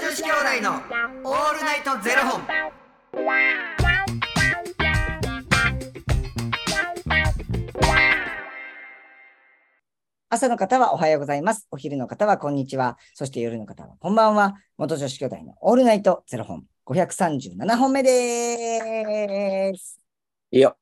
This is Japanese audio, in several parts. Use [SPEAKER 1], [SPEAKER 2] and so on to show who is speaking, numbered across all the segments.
[SPEAKER 1] 子兄弟のオールナイトゼロ本。
[SPEAKER 2] 朝の方はおはようございます。お昼の方はこんにちは。そして夜の方はこんばんは。元女子兄弟のオールナイトゼロ本537本目です。
[SPEAKER 3] いや、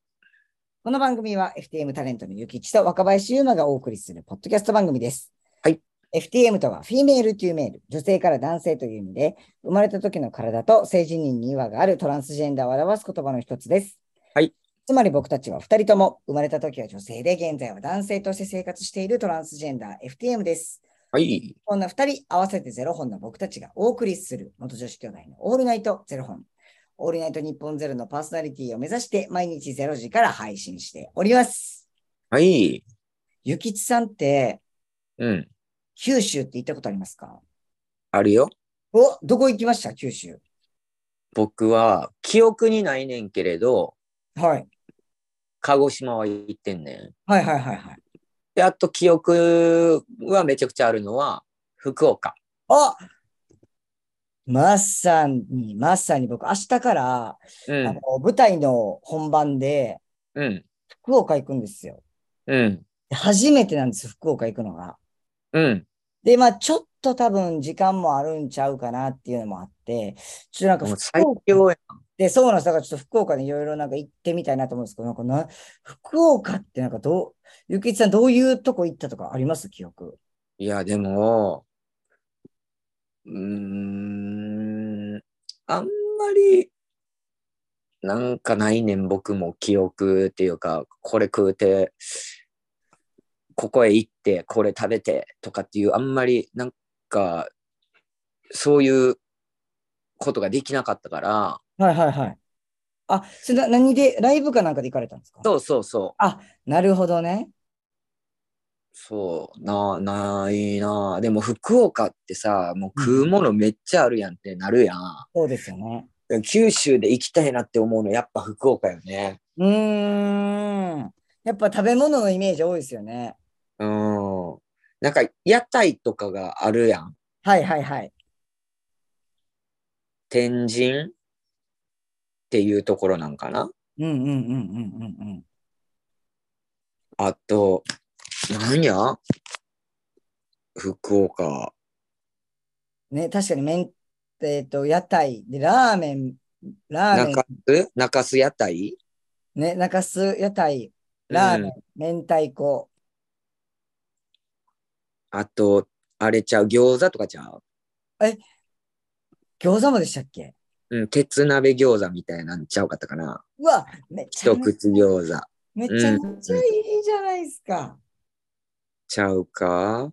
[SPEAKER 2] この番組は FTM タレントのゆきちと若林優馬がお送りするポッドキャスト番組です。
[SPEAKER 3] はい。
[SPEAKER 2] FTM とはフィメールというメール、女性から男性という意味で、生まれた時の体と性自認に違和があるトランスジェンダーを表す言葉の一つです。
[SPEAKER 3] はい。
[SPEAKER 2] つまり僕たちは二人とも生まれた時は女性で、現在は男性として生活しているトランスジェンダー FTM です。
[SPEAKER 3] はい。
[SPEAKER 2] こんな2人合わせてゼロ本の僕たちがお送りする元女子兄弟のオールナイトゼロ本。オールナイト日本ゼロのパーソナリティを目指して毎日ゼロ時から配信しております。
[SPEAKER 3] はい。
[SPEAKER 2] ゆきちさんって
[SPEAKER 3] うん。
[SPEAKER 2] 九州って行ったことありますか
[SPEAKER 3] あるよ。
[SPEAKER 2] おどこ行きました九州。
[SPEAKER 3] 僕は、記憶にないねんけれど、
[SPEAKER 2] はい。
[SPEAKER 3] 鹿児島は行ってんねん。
[SPEAKER 2] はいはいはいはい。
[SPEAKER 3] で、あと記憶はめちゃくちゃあるのは、福岡。
[SPEAKER 2] あまさに、まさに僕、明日から、
[SPEAKER 3] う
[SPEAKER 2] あ
[SPEAKER 3] ん。
[SPEAKER 2] の舞台の本番で
[SPEAKER 3] うん。
[SPEAKER 2] 福岡行くんですよ。
[SPEAKER 3] うん。
[SPEAKER 2] 初めてなんです、福岡行くのが。
[SPEAKER 3] うん。
[SPEAKER 2] で、まあ、ちょっと多分時間もあるんちゃうかなっていうのもあって、ちょっとなんか
[SPEAKER 3] もう最
[SPEAKER 2] 福岡
[SPEAKER 3] 強や。
[SPEAKER 2] で、そうなんです。だからちょっと福岡でいろいろなんか行ってみたいなと思うんですけど、なんかな、福岡ってなんかどう、ゆきちさんどういうとこ行ったとかあります記憶。
[SPEAKER 3] いや、でも、うーん。あんまり、なんかないねん、僕も記憶っていうか、これ食うて、ここへ行って、これ食べてとかっていう、あんまり、なんか、そういうことができなかったから、
[SPEAKER 2] はいはいはい。あ、それな何で、ライブかなんかで行かれたんですか
[SPEAKER 3] そうそうそう、
[SPEAKER 2] なるほどね。
[SPEAKER 3] そう、な、ないな。でも、福岡ってさ、もう食うものめっちゃあるやんってなるやん。
[SPEAKER 2] そうですよね。
[SPEAKER 3] 九州で行きたいなって思うのやっぱ福岡よね。
[SPEAKER 2] うーん。やっぱ食べ物のイメージ多いですよね。
[SPEAKER 3] うん。なんか屋台とかがあるやん。
[SPEAKER 2] はいはいはい。
[SPEAKER 3] 天神っていうところなんかな。
[SPEAKER 2] うんうんうんうんうんうん。
[SPEAKER 3] あと、なんや福岡。
[SPEAKER 2] ね、確かに麺、えっ、と、屋台で、ラーメン、ラーメン、
[SPEAKER 3] 中洲中洲屋台
[SPEAKER 2] ね、中洲屋台、ラーメン、
[SPEAKER 3] う
[SPEAKER 2] 明
[SPEAKER 3] ん
[SPEAKER 2] 太子、
[SPEAKER 3] あと、あれちゃう、餃子とかちゃう。
[SPEAKER 2] 餃子もでしたっけ
[SPEAKER 3] うん、鉄鍋餃子みたいなんちゃうかったかな。
[SPEAKER 2] うわ、めっちゃ
[SPEAKER 3] 一
[SPEAKER 2] め、
[SPEAKER 3] 口餃子。
[SPEAKER 2] めちゃめちゃいいじゃないですか。
[SPEAKER 3] ちゃうか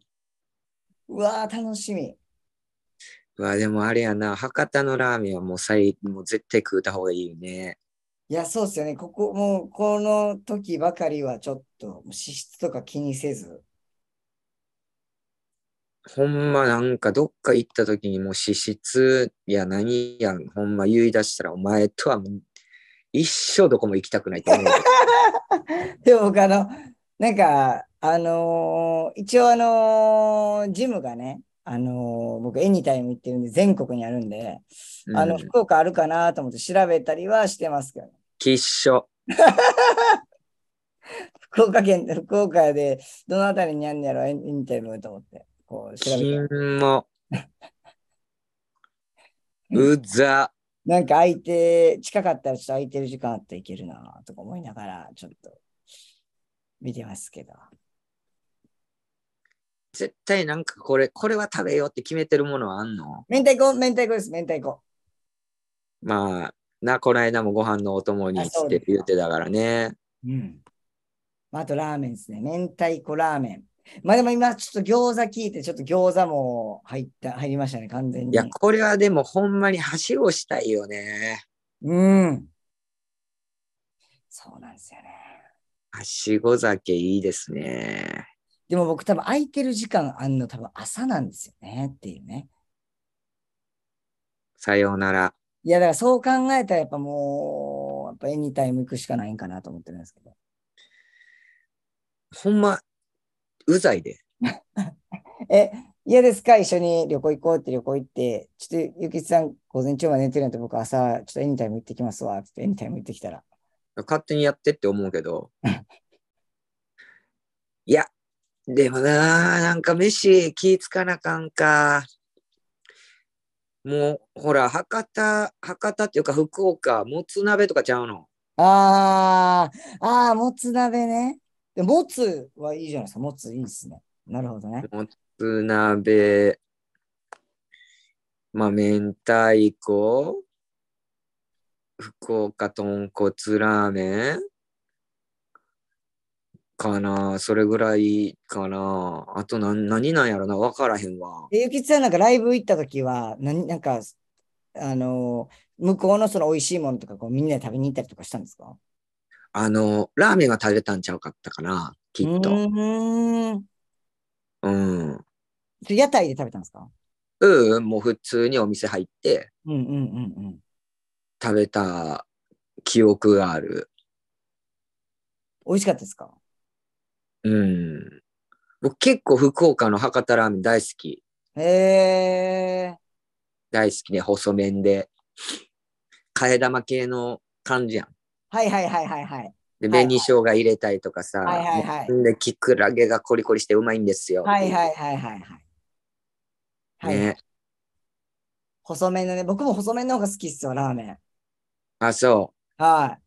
[SPEAKER 2] うわー、楽しみ。
[SPEAKER 3] うわ、でもあれやな、博多のラーメンはもう最、もう絶対食うた方がいいよね。
[SPEAKER 2] いや、そうですよね。ここ、もう、この時ばかりはちょっと、脂質とか気にせず。
[SPEAKER 3] ほんまなんかどっか行った時にもう脂質や何やん、ほんま言い出したらお前とはもう一生どこも行きたくないと思う。
[SPEAKER 2] でも僕、あの、なんか、あのー一応、あのージムがね、あのー僕、エニタイム行ってるんで、全国にあるんで、 あの、
[SPEAKER 3] うん
[SPEAKER 2] 福岡あるかなと思って調べたりはしてますけどね、
[SPEAKER 3] きっしょ。
[SPEAKER 2] 福岡県、福岡でどのあたりにあるんやろ、インタビューと思って、こう調べて。
[SPEAKER 3] 金 も。うざ。
[SPEAKER 2] なんか空いて、近かったらちょっと空いてる時間あったらいけるなとか思いながら、ちょっと見てますけど。
[SPEAKER 3] 絶対なんかこれ、これは食べようって決めてるものはあんの
[SPEAKER 2] 明太子、明太子です、明太子。
[SPEAKER 3] まあ、な、この間もご飯のお供に
[SPEAKER 2] あ
[SPEAKER 3] っ
[SPEAKER 2] そうで
[SPEAKER 3] て
[SPEAKER 2] すか
[SPEAKER 3] 言ってたからね。
[SPEAKER 2] うん。まあ、あとラーメンですね。明太子ラーメン。まあでも今ちょっと餃子聞いて、ちょっと餃子も入った、入りましたね、完全
[SPEAKER 3] いや、
[SPEAKER 2] に。
[SPEAKER 3] これはでもほんまにはしごしたいよね。
[SPEAKER 2] うん。そうなんですよね。
[SPEAKER 3] はしご酒いいですね。
[SPEAKER 2] でも僕多分空いてる時間あんの多分朝なんですよねっていうね。
[SPEAKER 3] さようなら。
[SPEAKER 2] いやだからそう考えたらやっぱもう、やっぱエニタイム行くしかないんかなと思ってるんですけど。
[SPEAKER 3] ほんま、うざいで。
[SPEAKER 2] え、嫌ですか一緒に旅行行こうって旅行行って、ちょっとゆきちさん午前中まで寝てるなんて僕朝、ちょっとエニタイム行ってきますわ。ってエニタイム行ってきたら。
[SPEAKER 3] 勝手にやってって思うけど。いや、でもなあ、なんか飯気ぃつかなあかんか。もう、ほら、博多、博多っていうか福岡、もつ鍋とかちゃうの。
[SPEAKER 2] あー、あー、もつ鍋ね。でもつはいいじゃないですか。もついいですね。なるほどね。
[SPEAKER 3] もつ鍋、まあ、明太子、福岡豚骨ラーメンかなそれぐらいかなあと何、何なんやろなわからへんわ。
[SPEAKER 2] でゆきちさんなんかライブ行った時は、なんなんか、あのー向こうのその美味しいものとかこうみんなで食べに行ったりとかしたんですか
[SPEAKER 3] あの、ラーメンは食べたんちゃうかったかなきっ
[SPEAKER 2] う
[SPEAKER 3] と。
[SPEAKER 2] ーん。
[SPEAKER 3] うん。
[SPEAKER 2] それ屋台で食べたんですか
[SPEAKER 3] うん、もう普通にお店入って
[SPEAKER 2] うんうんうんうん。
[SPEAKER 3] 食べた記憶がある。
[SPEAKER 2] 美味しかったですか
[SPEAKER 3] うん。僕結構福岡の博多ラーメン大好き。
[SPEAKER 2] へえ。
[SPEAKER 3] 大好きね、細麺で。替え玉系の感じやん。
[SPEAKER 2] はいはいはいはいはい。
[SPEAKER 3] で、
[SPEAKER 2] はいはい
[SPEAKER 3] 紅生姜入れたりとかさ。
[SPEAKER 2] はいはいはい
[SPEAKER 3] もうで、キクラゲがコリコリしてうまいんですよ。
[SPEAKER 2] はいはいはいはいはい。はい。
[SPEAKER 3] ね。
[SPEAKER 2] 細麺のね、僕も細麺の方が好きっすよ、ラーメン。
[SPEAKER 3] あ、そ
[SPEAKER 2] は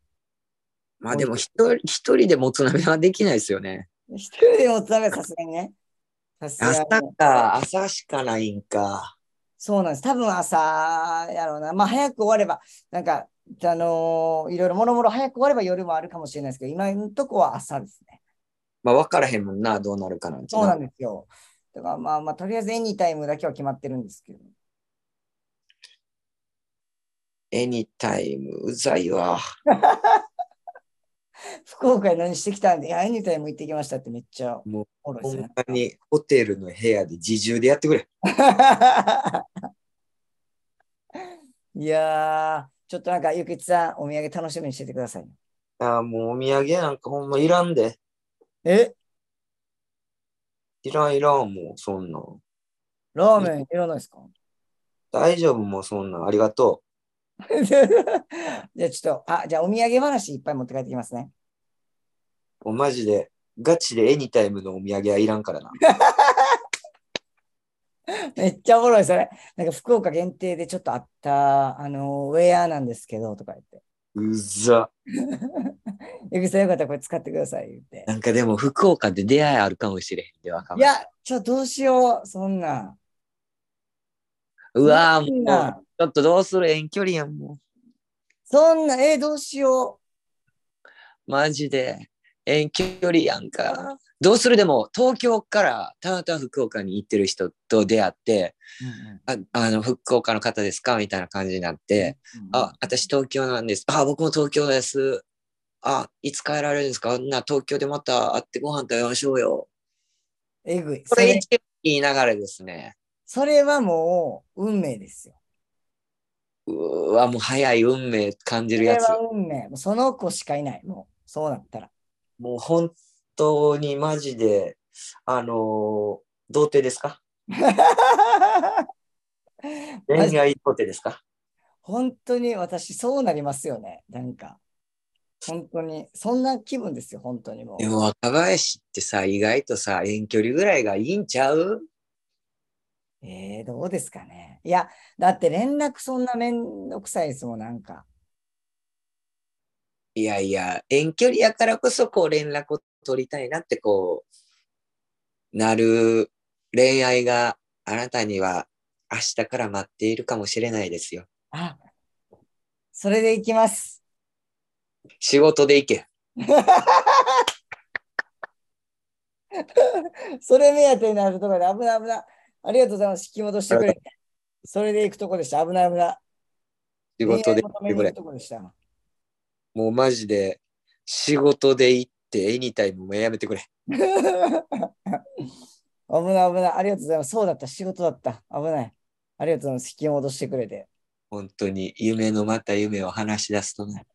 [SPEAKER 3] う。まあでも一人、一人でもつ鍋はできないですよね。
[SPEAKER 2] い。一人でもつ鍋さすがにね。さす
[SPEAKER 3] 朝
[SPEAKER 2] がに。
[SPEAKER 3] か、朝しかないんか。
[SPEAKER 2] そうなんです。多分朝やろうな。まあ早く終われば、なんか、あのーいろいろもろもろ早く終われば夜もあるかもしれないですけど、今のとこは朝ですね。
[SPEAKER 3] まあ分からへんもんな、どうなるかなんて
[SPEAKER 2] そうなんですよ。だからまあまあ、とりあえずエニタイムだけは決まってるんですけど。
[SPEAKER 3] エニタイム、うざいわ。
[SPEAKER 2] 福岡に何してきたんで、いやエニタイム行ってきましたってめっちゃ
[SPEAKER 3] もう
[SPEAKER 2] おもろいで
[SPEAKER 3] ほ
[SPEAKER 2] す
[SPEAKER 3] ん
[SPEAKER 2] ね。
[SPEAKER 3] まにホテルの部屋で自重でやってくれ。
[SPEAKER 2] いやー、ちょっとなんか、ゆきちさん、お土産楽しみにしててくださいね。
[SPEAKER 3] ああ、もうお土産なんかほんまいらんで。
[SPEAKER 2] え
[SPEAKER 3] いらんいらん、もうそんなん。
[SPEAKER 2] ラーメンいらないですか
[SPEAKER 3] 大丈夫、もうそんなん。ありがと
[SPEAKER 2] じゃあちょっと、あ、じゃあお土産話いっぱい持って帰ってきますね。
[SPEAKER 3] う。もうマジで、ガチでエニタイムのお土産はいらんからな。
[SPEAKER 2] めっちゃおもろい、それ。なんか福岡限定でちょっとあった、あの、ウェアなんですけど、とか言って。
[SPEAKER 3] うざ。
[SPEAKER 2] ゆきちさん、よかったらこれ使ってください、言って。
[SPEAKER 3] なんかでも、福岡で出会いあるかもしれへんで、わかん
[SPEAKER 2] い
[SPEAKER 3] ない。
[SPEAKER 2] や、ちょ、どうしよう、そんな。
[SPEAKER 3] うわ
[SPEAKER 2] そん
[SPEAKER 3] ーも
[SPEAKER 2] な
[SPEAKER 3] う、ちょっとどうする遠距離やん、も
[SPEAKER 2] そんな、え、どうしよ
[SPEAKER 3] う。マジで。遠距離やんか。どうするでも、東京からたまたま福岡に行ってる人と出会って、
[SPEAKER 2] う。うん
[SPEAKER 3] ああの福岡の方ですかみたいな感じになって、あ、私東京なんです。あ、僕も東京です。あ、いつ帰られるんですかな、東京でまた会ってご飯食べましょうよ。
[SPEAKER 2] えぐい。
[SPEAKER 3] こ
[SPEAKER 2] そ
[SPEAKER 3] れ
[SPEAKER 2] れ、
[SPEAKER 3] 一いい流れですね。
[SPEAKER 2] それはもう、運命ですよ。
[SPEAKER 3] うーわ、もう早い運命感じ
[SPEAKER 2] そ
[SPEAKER 3] る
[SPEAKER 2] れ
[SPEAKER 3] やつ。
[SPEAKER 2] は運命。もうその子しかいない。もう、そうなったら。
[SPEAKER 3] もう本当にマジで、あのー童貞ですか
[SPEAKER 2] マジ
[SPEAKER 3] 恋愛童貞ですか
[SPEAKER 2] 本当に私、そうなりますよね。なんか。本当に、そんな気分ですよ、本当にも
[SPEAKER 3] で
[SPEAKER 2] う。
[SPEAKER 3] も若林ってさ、意外とさ、遠距離ぐらいがいいんちゃう
[SPEAKER 2] えー、どうですかね。いや、だって連絡そんなめんどくさいですもん、なんか。
[SPEAKER 3] いやいや、遠距離やからこそ、こう、連絡を取りたいなって、こう、なる恋愛があなたには明日から待っているかもしれないですよ。
[SPEAKER 2] あ、それでいきます。
[SPEAKER 3] 仕事で行け。
[SPEAKER 2] それ目当てになるところで危ない危ない。ありがとうございます。引き戻してく
[SPEAKER 3] ありが
[SPEAKER 2] れ。それで行くとこでした。危ない危ない。
[SPEAKER 3] 仕事で
[SPEAKER 2] 恋愛
[SPEAKER 3] 行
[SPEAKER 2] 求
[SPEAKER 3] って
[SPEAKER 2] めに行
[SPEAKER 3] く
[SPEAKER 2] く
[SPEAKER 3] れ。
[SPEAKER 2] とこでした。
[SPEAKER 3] もうマジで、仕事で行って、エニタイムもやめてくれ。
[SPEAKER 2] 危ない危ない。ありがとうございます。そうだった。仕事だった。危ない。ありがとうございます。引き戻してくれて。
[SPEAKER 3] 本当に、夢のまた夢を話し出すとね。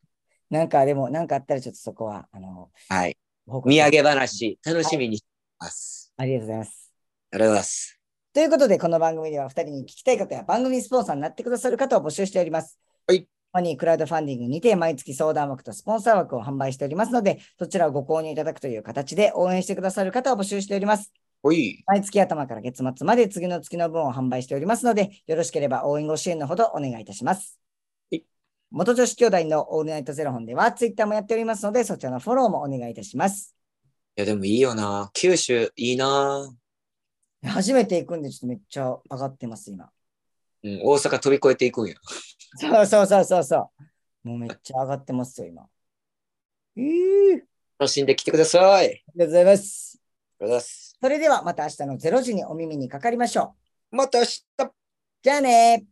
[SPEAKER 2] なんかでも、なんかあったらちょっとそこは、あの、
[SPEAKER 3] はい。
[SPEAKER 2] 報告
[SPEAKER 3] 土産話、楽しみにしてます。
[SPEAKER 2] ありがとうございます。
[SPEAKER 3] ありがとうございます。
[SPEAKER 2] ということで、この番組では2人に聞きたいことや番組スポンサーになってくださる方を募集しております。
[SPEAKER 3] はい。
[SPEAKER 2] マニークラウドファンディングにて毎月相談枠とスポンサー枠を販売しておりますので、そちらをご購入いただくという形で応援してくださる方を募集しております。
[SPEAKER 3] ほい。
[SPEAKER 2] 毎月頭から月末まで次の月の分を販売しておりますので、よろしければ応援ご支援のほどお願いいたします
[SPEAKER 3] はい。
[SPEAKER 2] 元女子兄弟のオールナイトゼロ本ではツイッターもやっておりますので、そちらのフォローもお願いいたします。
[SPEAKER 3] いや、でもいいよな。九州、いいな。
[SPEAKER 2] 初めて行くんで、ちょっとめっちゃ上がってます、今。
[SPEAKER 3] うん、大阪飛び越えていくんや。
[SPEAKER 2] そうそうそうそうそう。もうめっちゃ上がってますよ、今。えー、あり
[SPEAKER 3] 楽しんできてください。あり
[SPEAKER 2] がとうございます。
[SPEAKER 3] がとうございます。
[SPEAKER 2] それではまた明日の0時にお耳にかかりましょう。
[SPEAKER 3] また明日
[SPEAKER 2] じゃあねー